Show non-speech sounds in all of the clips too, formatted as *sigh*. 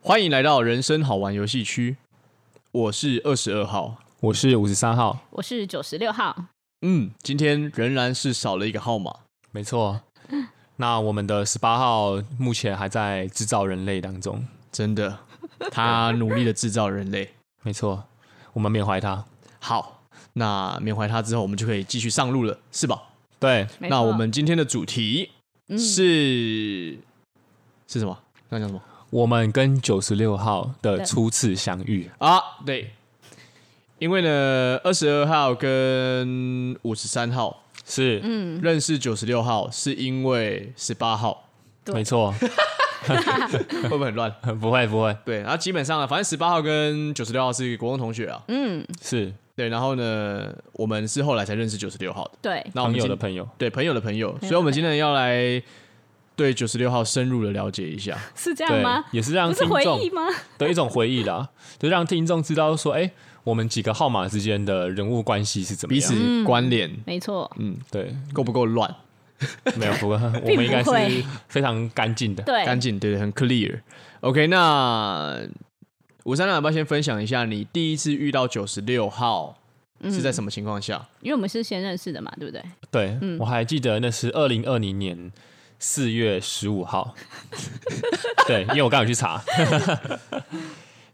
欢迎来到人生好玩游戏区，我是二十二号。我是五十三号，我是九十六号，嗯，今天仍然是少了一个号码。没错。那我们的十八号目前还在制造人类当中，真的，他努力的制造人类。没错，我们缅怀他。好，那缅怀他之后，我们就可以继续上路了，是吧？对，没那错我们今天的主题嗯是、是什么？刚讲什么我们跟九十六号的对初次相遇，啊？对，因为呢，二十二号跟五十三号是，嗯，认识九十六号，是因为十八号，对没错， *laughs* 会不会很乱？不会不会，对，然后基本上呢，反正十八号跟九十六号是国中同学啊。嗯，是对，然后呢，我们是后来才认识九十六号的。对，那我朋们友今的朋友，对朋友的朋友，的所以我们今天要来对九十六号深入的了解一下。是这样对吗？，也是让不是听回众忆吗？的一种回忆啦，就让听众知道说，哎，我们几个号码之间的人物关系是怎么彼样。此关联没错，对，够不够乱？没有，不过我并不们应该会是非常干净的。对，干净，对对，很 clear。OK，那五三六要不要先分享一下你第一次遇到九十六号嗯是在什么情况下？因为我们是先认识的嘛，对不对？对，嗯我还记得那是二零二零年四月十五号， *laughs* 对，因为我刚好去查。 *laughs*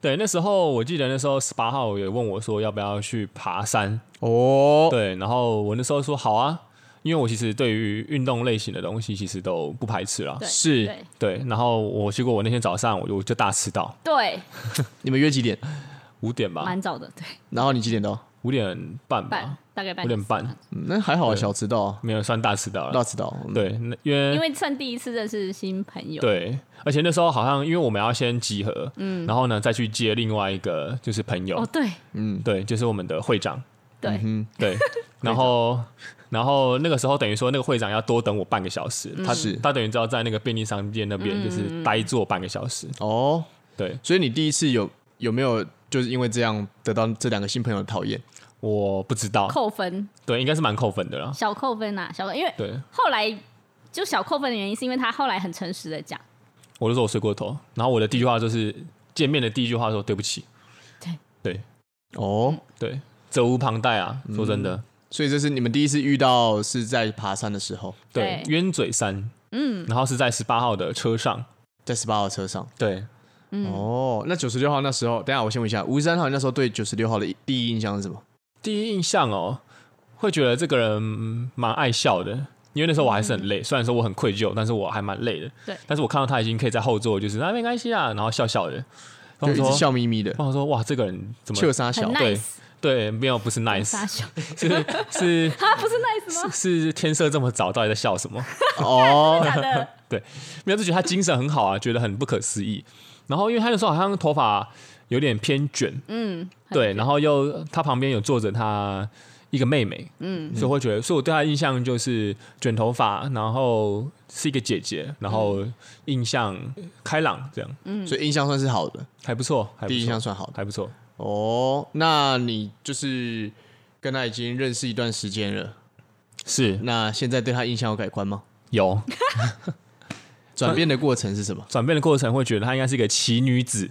对，那时候我记得那时候十八号也问我说要不要去爬山，哦，对，然后我那时候说好啊，因为我其实对于运动类型的东西其实都不排斥啦。对，是对，对，然后我结果我那天早上我就我就大迟到对，你们约几点？五点吧，蛮早的，对，然后你几点到？五点半半吧，大概半五啊点半，嗯那还好啊，对小迟到啊，没有算大迟到了。大迟到。嗯，对，那因为因为算第一次认识新朋友，对，而且那时候好像因为我们要先集合，嗯，然后呢再去接另外一个就是朋友，哦，对嗯，对，就是我们的会长，对， *laughs* 对，然后然后那个时候等于说那个会长要多等我半个小时，嗯他是他等于知道在那个便利商店那边就是呆坐半个小时，哦，对所以你第一次有有没有就是因为这样得到这两个新朋友的讨厌？我不知道，扣分，对，应该是蛮扣分的啦，小扣分呐，小，因为对后来就小扣分的原因是因为他后来很诚实的讲，我就说我睡过头，然后我的第一句话就是见面的第一句话说对不起，哦，对，责无旁贷啊，说真嗯的，所以这是你们第一次遇到是在爬山的时候，对，对冤嘴山，嗯，然后是在十八号的车上，在十八号车上。对。哦，那九十六号那时候，等一下我先问一下，吴三号你那时候对九十六号的第一印象是什么？第一印象哦，会觉得这个人嗯蛮爱笑的，因为那时候我还是很累，虽然说我很愧疚，但是我还蛮累的。对但是我看到他已经可以在后座，就是啊没关系啊，然后笑笑的，就一然后直我说，笑眯眯的，然后我说哇，这个人怎却么沙很小，对 nice，对没有不是 nice，傻笑， *laughs* 是是他不是 nice 吗？ *laughs* 是是天色这么早，到底在笑什么？哦，假 *laughs* 的，没有就觉得他精神很好啊，觉得很不可思议。然后因为他那时候好像头发有点偏卷，嗯，很对，然后又他旁边有坐着他一个妹妹，嗯，所以会觉得，所以我对他的印象就是卷头发，然后是一个姐姐，然后印象开朗，这样嗯所以印象算是好的，还不错，还不第一印象错，算好的。还不错。哦，那你就是跟他已经认识一段时间了，是那现在对他印象有改观吗？有转变的过程是什么？转变的过程，会觉得她应该是一个奇女子，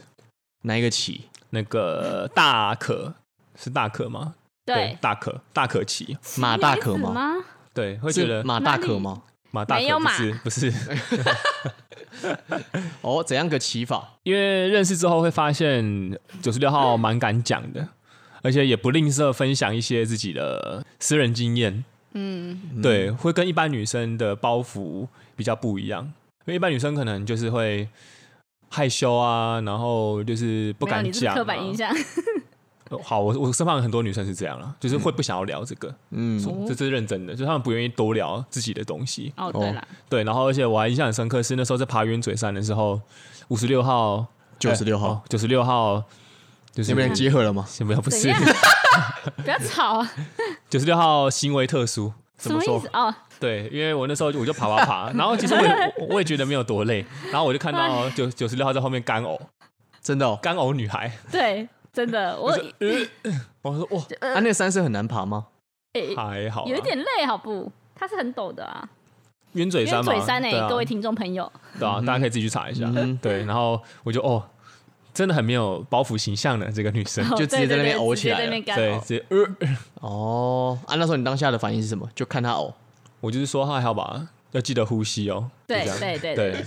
哪一个起？那个大可是大可吗？对，大可大可奇，马大可女子吗？吗？对，会觉是得马大可吗？马大没有可不马是不是， *laughs* 哦，怎样个起法？因为认识之后会发现九十六号蛮敢讲的，而且也不吝啬分享一些自己的私人经验。嗯，对，会跟一般女生的包袱比较不一样，因为一般女生可能就是会害羞啊，然后就是不没有，敢你是讲、啊。刻板印象，呃。好，我我身旁很多女生是这样了，就是会不想要聊这个，嗯，哦这这是认真的，就是她们不愿意多聊自己的东西。哦，对了，对，然后而且我还印象很深刻是那时候在爬圆嘴山的时候，五十六号哎哦九十六号，，九十六号，就是你们俩结合了吗？什么不怎是样？不要吵 *laughs* 啊！九十六号行为特殊，什么意思？？哦，对，因为我那时候我就爬爬爬，然后其实我也我我也觉得没有多累，然后我就看哎到九九十六号在后面干呕，真的哦。干呕女孩，对，真的，我我说哇，啊，那个山是很难爬吗？诶还好啊，有一点累，好不？它是很陡的啊，冤嘴因山为嘛，嘴山诶欸对啊，各位听众朋友，对啊，大家可以自己去查一下嗯，对，然后我就哦。真的很没有包袱形象的这个女生，就直接在那边呕起来了哦对对对直接在那边干对，呕直接呃，哦，啊，那时候你当下的反应是什么？就看他哦呕。我就是说还好吧，要记得呼吸哦。对就这样对对对，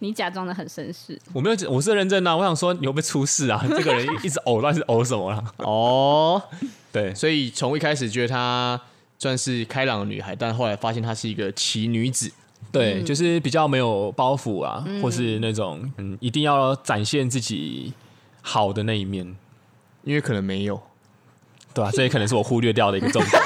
你假装的很绅士，我没有，我是认真的啊、我想说你会不会出事啊？这个人一直呕，到底是呕什么啦？哦，对，所以从一开始觉得她算是开朗的女孩，但后来发现她是一个奇女子。嗯对，就是比较没有包袱啊，或是那种嗯，一定要展现自己好的那一面，因为可能没有，对啊，这也可能是我忽略掉的一个重点。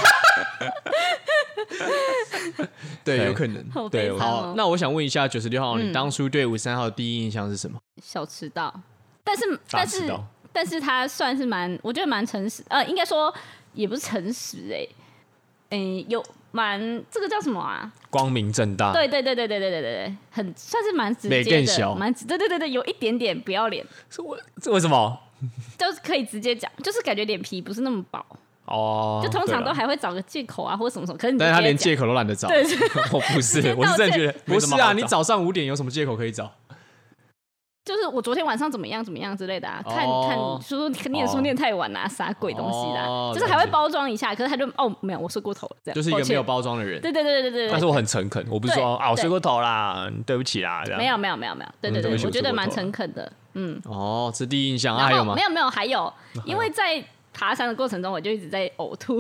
对，对有可能。好对悲我伤好哦，，那我想问一下九十六号，你嗯当初对五三号的第一印象是什么？小迟到，但是 *laughs* 大但迟是到，但是他算是蛮，我觉得蛮诚实，呃，应该说也不是诚实哎、欸，嗯、有蛮这个叫什么啊？光明正大，对对对对对对对对对，很算是蛮直美更接小的，蛮直对对对对，有一点点不要脸，是为这为什么？就是可以直接讲，就是感觉脸皮不是那么薄，哦，就通常对都了，还会找个借口啊或者什么什么，可是你但是她直接连讲借口都懒得找。对 *laughs* 是 *laughs* 我哦不是，歉我是真的觉得不没什是么啊，好你早上五点有什么借口可以找？就是我昨天晚上怎么样怎么样之类的啊，看看哦你说你念书念太晚啦、啥鬼东西啦、哦就是还会包装一下，可是他就哦没有，我睡过头了这样，就是一个抱歉没有包装的人。对对对对对对但是我很诚恳，我不是说对啊，我对睡过头啦，嗯对不起啦，这样没有没有没有没有，对嗯对对，对不起我觉我得错蛮过头了诚恳的，嗯。哦，这第一印象啊，然还有后吗没？有没有，还有，因为在爬山的过程中，我就一直在呕吐，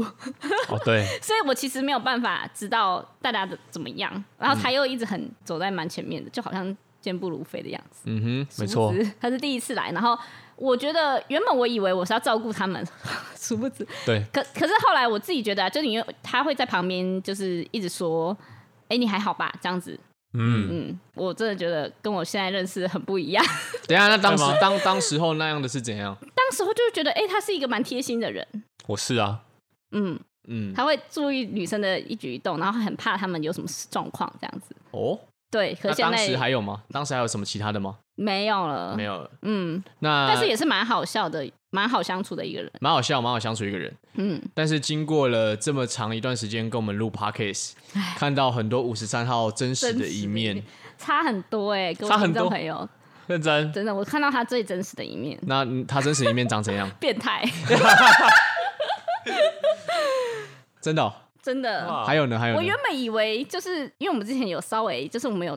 *laughs* 哦，对，所以我其实没有办法知道大家的怎么样。然嗯后他又一直很走在蛮前面的，就好像健步如飞的样子。嗯哼，没错殊，不知他是第一次来，然后我觉得原本我以为我是要照顾他们， *laughs* 殊不知对，可可是后来我自己觉得、啊，就因为他会在旁边，就是一直说：“哎、你还好吧？”这样子，嗯，嗯，我真的觉得跟我现在认识的很不一样。 *laughs* 等一下，那当时对吗当当时候那样的是怎样？当时候就觉得，哎、他是一个蛮贴心的人，我是啊，嗯，嗯，他会注意女生的一举一动，然后很怕他们有什么状况这样子。哦，对，可那是现当时在还有吗？当时还有什么其他的吗？没有了，没有了。嗯，那但是也是蛮好笑的，蛮好相处的一个人，蛮好笑，蛮好相处一个人。嗯，但是经过了这么长一段时间跟我们录 podcast，看到很多五十三号真实真的实一的面面。差很多哎、各差位很听众多朋友，认真，真的，我看到他最真实的一面，那嗯他真实一面长怎样？变态，真的哦、真的。哇还有呢？还有我呢原？本以为就是因为我们之前有稍微就是我们有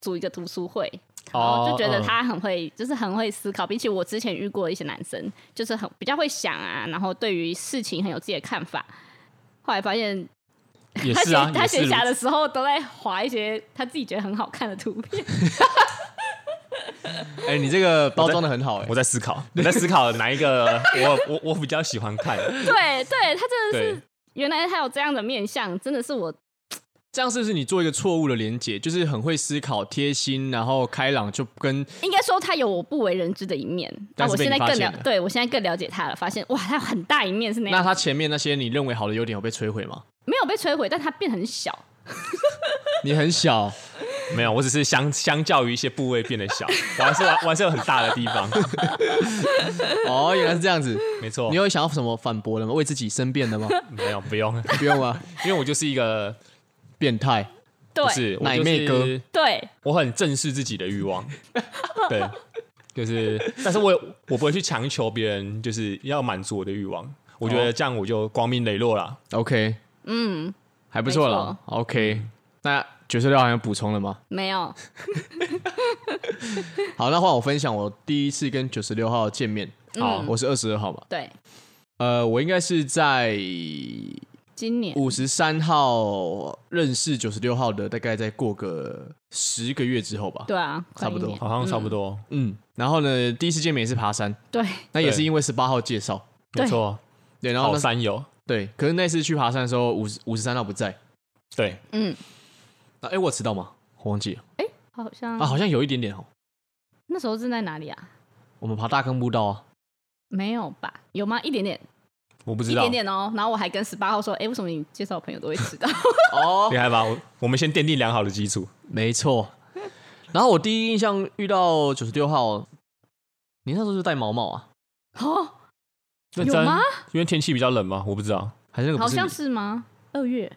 组一个读书会，然哦后就觉得嗯他很会，就是很会思考，比起我之前遇过的一些男生，就是很比较会想啊，然后对于事情很有自己的看法。后来发现也他是闲、啊，他也是闲如暇的时候都在划一些他自己觉得很好看的图 *laughs* 片，哎、你这个包装的很好哎、我在思考，我在思考哪一个 *laughs* 我我我比较喜欢看。对对，他真的对是原来他有这样的面相，真的是我这样是不是你做一个错误的连结？就是很会思考、贴心，然后开朗，就跟应该说他有我不为人知的一面。但那是我被现在你发更现了了，对我现在更了解他了，发现哇，他有很大一面是那样那他前面那些你认为好的优点有被摧毁吗？没有被摧毁，但它变很小。你很小，没有，我只是相相较于一些部位变得 *laughs* 小，我还是我还是有很大的地方。哦，原来是这样 *laughs* 子。没错你，有想要什么反驳的吗？为自己申辩的 *laughs* 吗？没有不用，不用啊，因为我就是一个变态。对不是我奶就妹哥是对，我很正视自己的欲望。对，就是，但是我我不会去强求别人，就是要满足我的欲望。我觉哦得这样我就光明磊落了。 OK，嗯，还不错啦。OK，那九十六还有补充的吗？没有，好，那换我分享我第一次跟九十六号见面。嗯好我是二十二号嘛，对，呃，我应该是在今年五十三号认识九十六号的，大概再过个十个月之后吧。对啊，差不快一多年好像差不多，嗯，然后呢，第一次见面也是爬山，对，那也是对因为十八号介绍。没错，对，然后好那山友，对，可是那次去爬山的时候，五十五十三号不在。对，嗯，那哎，我迟到吗？我忘记了好像、啊，好像有一点点哦。那时候是在哪里啊？我们爬大坑步道啊，没有吧？有吗？一点点，我不知一道点，点哦。然后我还跟十八号说，哎，为什么你介绍的朋友都会 *laughs* 迟到？哦，厉害吧？我我们先奠定良好的基础。没错。然后我第一印象遇到九十六号，你那时候是戴毛毛啊，哦，认有真吗？因为天气比较冷嘛，我不知道。还是那个不好是你？哦像是吗？二月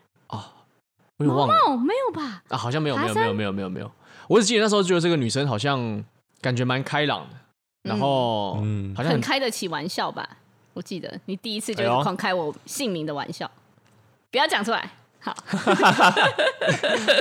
我有点忘了哦，没有吧？啊，好像没有，没有，爬没山有，没有，没有，没有。我只记得那时候觉得这个女生好像感觉蛮开朗的，然后嗯好像很很开得起玩笑吧？我记得你第一次就哎是呦狂开我姓名的玩笑，不要讲出来。 *laughs* 好，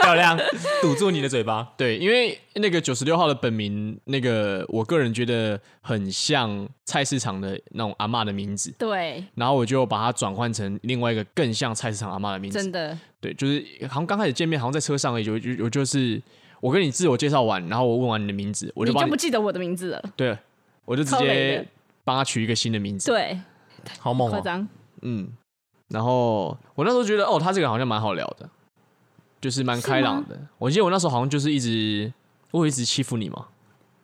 漂亮，堵住你的嘴巴。对，因为那个九十六号的本名，那个我个人觉得很像菜市场的那种阿嬷的名字，对，然后我就把它转换成另外一个更像菜市场阿嬷的名字真。的，对，就是好像刚开始见面，好像在车上而已，我就我就是我跟你自我介绍完，然后我问完你的名字，我你就把就你不记得我的名字了。对，我就直超累接的帮他取一个新的名字。对，好猛夸哦、张，嗯，然后我那时候觉得，哦，他这个人好像蛮好聊的，就是蛮开朗的。我记得我那时候好像就是一直，我有一直欺负你嘛，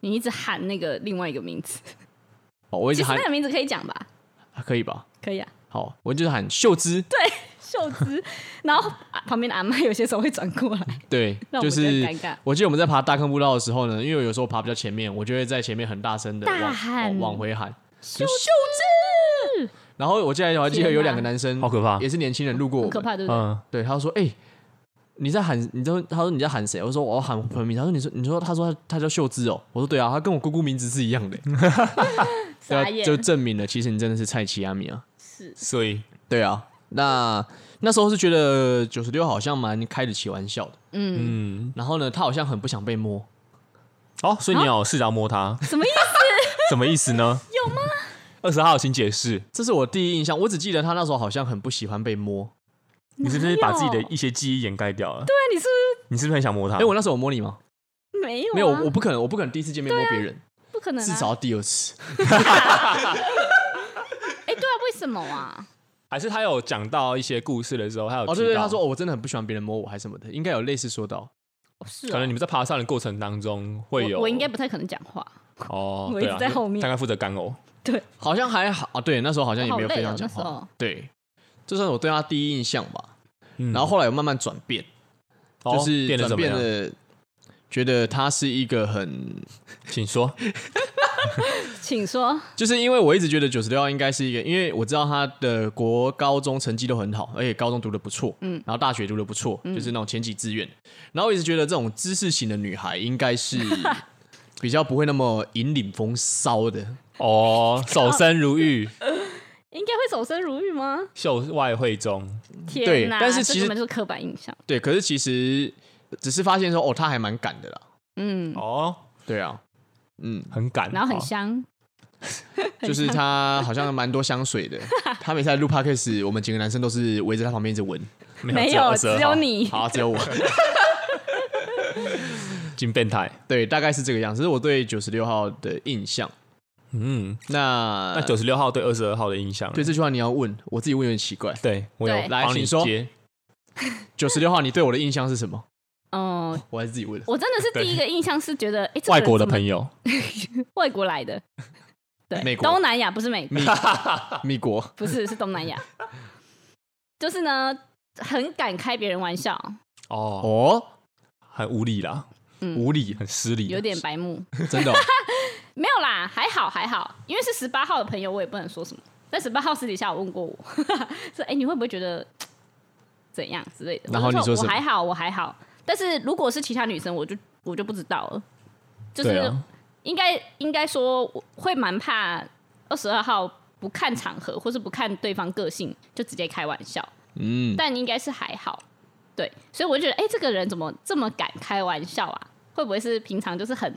你一直喊那个另外一个名字，哦，我一其直实喊那，个名字可以讲吧？啊可以吧？可以啊，好，我就是喊秀芝，秀芝。 *laughs* 然后、啊旁边的阿妈有些时候会转过来， *laughs* 对，让我就们是觉得尴尬。我记得我们在爬大坑步道的时候呢，因为我有时候爬比较前面，我就会在前面很大声的大往喊往往回喊。秀芝，然后我记得我还记得有天哪两个男生，好可怕也是年轻人路过我们很可，怕，对不对？嗯，对，他说：“哎、你在喊，你都他说你在喊谁？”我说：“我要喊彭明。”他说：“你说你说他说他他叫秀芝哦。”我说：“对啊，他跟我姑姑名字是一样的。对啊 *laughs* 傻”眼，嗯就证明了其实你真的是蔡奇阿米啊。是所以对啊，那那时候是觉得九十六好像蛮开得起玩笑的，嗯，嗯，然后呢，他好像很不想被摸，哦，所以你有试着要摸它，啊什么意思？ *laughs* 什么意思呢？有吗？二十号，请解释，这是我第一印象。我只记得他那时候好像很不喜欢被摸。你是不是把自己的一些记忆掩盖掉了？对，啊那你是不你是不是很想摸它？哎、我那时候我摸你吗？是没有、啊？没有，我不可能，我不可能第一次见面摸别人，不可能、啊，至少要第二次。哎、对啊，为什么啊？还是他有讲到一些故事的时候，他有哦，提对对，到他说、哦、我真的很不喜欢别人摸我，还是什么的，应该有类似说到。哦是哦可能你们在爬山的过程当中会有，我我应该不太可能讲话，哦， *laughs* 我一直对啊在后面大概负责干呕，好像还好啊，对，那时候好像也没有非常讲话。好累哦对，这算是我对他第一印象吧。嗯然后后来有慢慢转变，哦就是变得转怎么变样？的，觉得他是一个很，请说，请说。就是因为我一直觉得九十六号应该是一个，因为我知道他的国高中成绩都很好，而且高中读的不错，嗯，然后大学读的不错，就是那种前几志愿。然后我一直觉得这种知识型的女孩应该 *laughs* 是比较不会那么引领风骚的，哦，守身如玉，应该会守身如玉吗？秀外慧中，对天哪！但是其实这根本就是刻板印象。对。可是其实只是发现说，哦，她还蛮敢的啦，嗯，哦，对啊，嗯。很哦敢，然后很好香，就是他好像蛮多香水 *laughs* 的。他每次来录 podcast，我们几个男生都是围着他旁边一直闻。没有，只有，你。好，只 *laughs* 有我。金变态。对，大概是这个样子。这是我对九十六号的印象。嗯，那那九十六号对二十二号的印象，对这句话你要问，我自己问有点奇怪。对我有对来帮你请说接，九十六号，你对我的印象是什么？哦、我还是自己问。我真的是第一个印象是觉得，哎、这个外人国的怎么朋友， *laughs* 外国来的，对，美国东南亚不是美国，米米国，不是是东南亚，就是呢，很敢开别人玩笑，哦，哦，很无理啦，嗯无理，很失礼，有点白目，真的哦、没有啦，还好还好，因为是十八号的朋友，我也不能说什么。但十八号私底下我问过我， *laughs* 说哎、诶你会不会觉得怎样之类的？然后我就你说什我么还好，我还好。但是如果是其他女生，我就我就不知道了，就对是啊，应该、应该说我会蛮怕二十二号不看场合或是不看对方个性就直接开玩笑，嗯，但应该是还好。对，所以我就觉得哎、诶这个人怎么这么敢开玩笑啊？会不会是平常就是很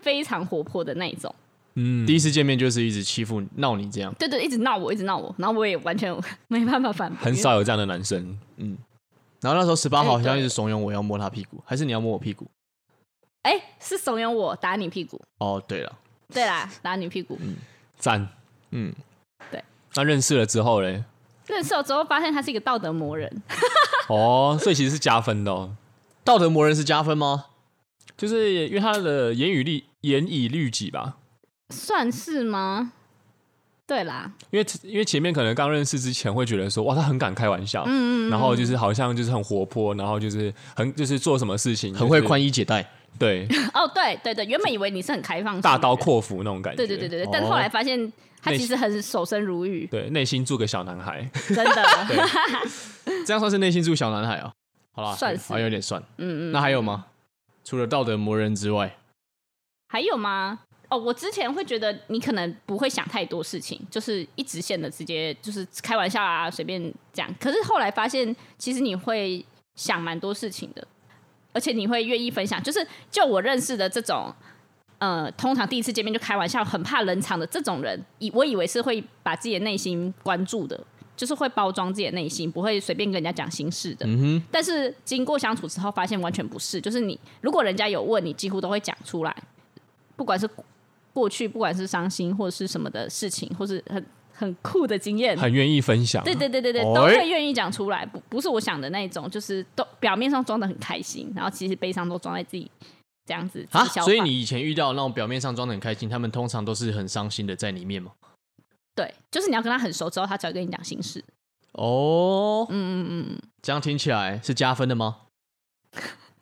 非常活泼的那一种？嗯第，一次见面就是一直欺负你闹你这样，对对，一直闹我，一直闹我，然后我也完全 *laughs* 没办法反驳。很少有这样的男生，然后那时候十八号好哎像对一直怂恿我要摸他屁股，还是你要摸我屁股？哎、是怂恿我打你屁 *laughs* 股。哦，对了，对啦，打你屁股。赞，嗯，那认识了之后嘞，认识了之后，发现他是一个道德魔人，哦，所以其实是加分的哦，道德魔人是加分吗？就是因为他的言语力严以律己吧，算是吗？对啦，因为因为前面可能刚认识之前会觉得说，哇，他很敢开玩笑，嗯嗯嗯然后就是好像就是很活泼，然后就是很就是做什么事情很会宽，宽衣解带，对，哦，对对对，原本以为你是很开放，大刀。阔斧那种感觉，对对对对对，哦但后来发现他内其实很守身如玉，对，内心住个小男孩，真 *laughs* 的。这样算是内心住小男孩啊？好啦，算是好像有点算。 *laughs* 嗯嗯，那还有吗？除了道德魔人之外，还有吗？哦，我之前会觉得你可能不会想太多事情，就是一直线的直接就是开玩笑啊，随便讲。可是后来发现，其实你会想蛮多事情的，而且你会愿意分享。就是就我认识的这种，呃，通常第一次见面就开玩笑，很怕冷场的这种人，以我以为是会把自己的内心关注的，就是会包装自己的内心，不会随便跟人家讲心事的。嗯但是经过相处之后，发现完全不是。就是你，如果人家有问你，几乎都会讲出来，不管是过去，不管是伤心或者是什么的事情，或是很很酷的经验，很愿意分享。对对对对对，哎都会愿意讲出来，不不是我想的那一种，就是都表面上装的很开心，然后其实悲伤都装在自己这样子哼，啊，自己消化所以你以前遇到那种表面上装的很开心，他们通常都是很伤心的在里面嘛。对，就是你要跟他很熟之后，他才会跟你讲心事。哦，嗯嗯嗯嗯，这样听起来是加分的吗？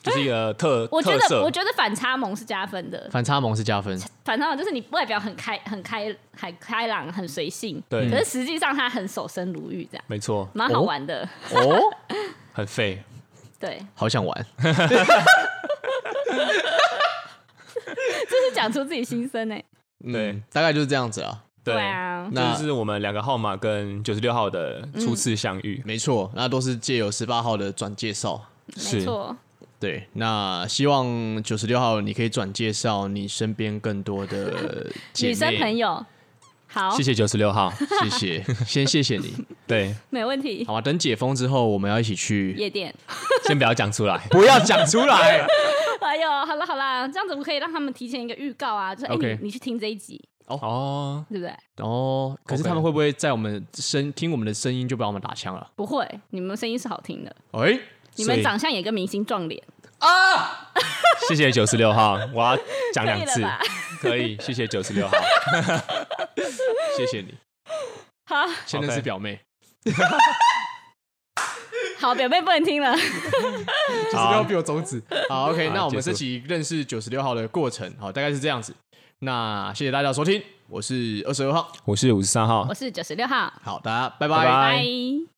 就是一个特我觉特得色我。觉得反差萌是加分的，反差萌是加分，反差萌就是你外表很开很开很开朗很随性，嗯对，可是实际上他很守身如玉，这样没错，蛮好玩的。哦，很废。对， *laughs* 好想玩。就是讲出自己心声呢、对嗯，大概就是这样子啊。对，啊，这那就是我们两个号码跟九十六号的初次相遇。没错，那都是借由十八号的转介绍。没错，对，那希望九十六号你可以转介绍你身边更多的姐妹女生朋友，好，谢谢九十六 *laughs* 号。谢谢，先谢谢你，对，没问题。好吧？等解封之后，我们要一起 *laughs* 去，。夜店，先不要讲出来不要讲出来哎呦，好了好了，这样子我可以让他们提前一个预告啊，就是哎、 OK 你你去听这一集，哦，对不对？哦。可是 OK 他们会不会在我们声听我们的声音就把我们打枪了？不会，你们声音是好听的，哎，你所们以长相也跟明星撞脸，谢谢九十六号，我要讲可以两了次，吧？ *laughs* 可以。谢谢九十六号，谢谢你，好现在是表妹，好，表妹不能听了，就是好要比我种 *laughs* 子。好，OK，好那我们结束这期认识九十六号的过程，好，大概是这样子。那谢谢大家的收听，我是二十二号，我是五十三号我。是九十六号，好，大家拜拜拜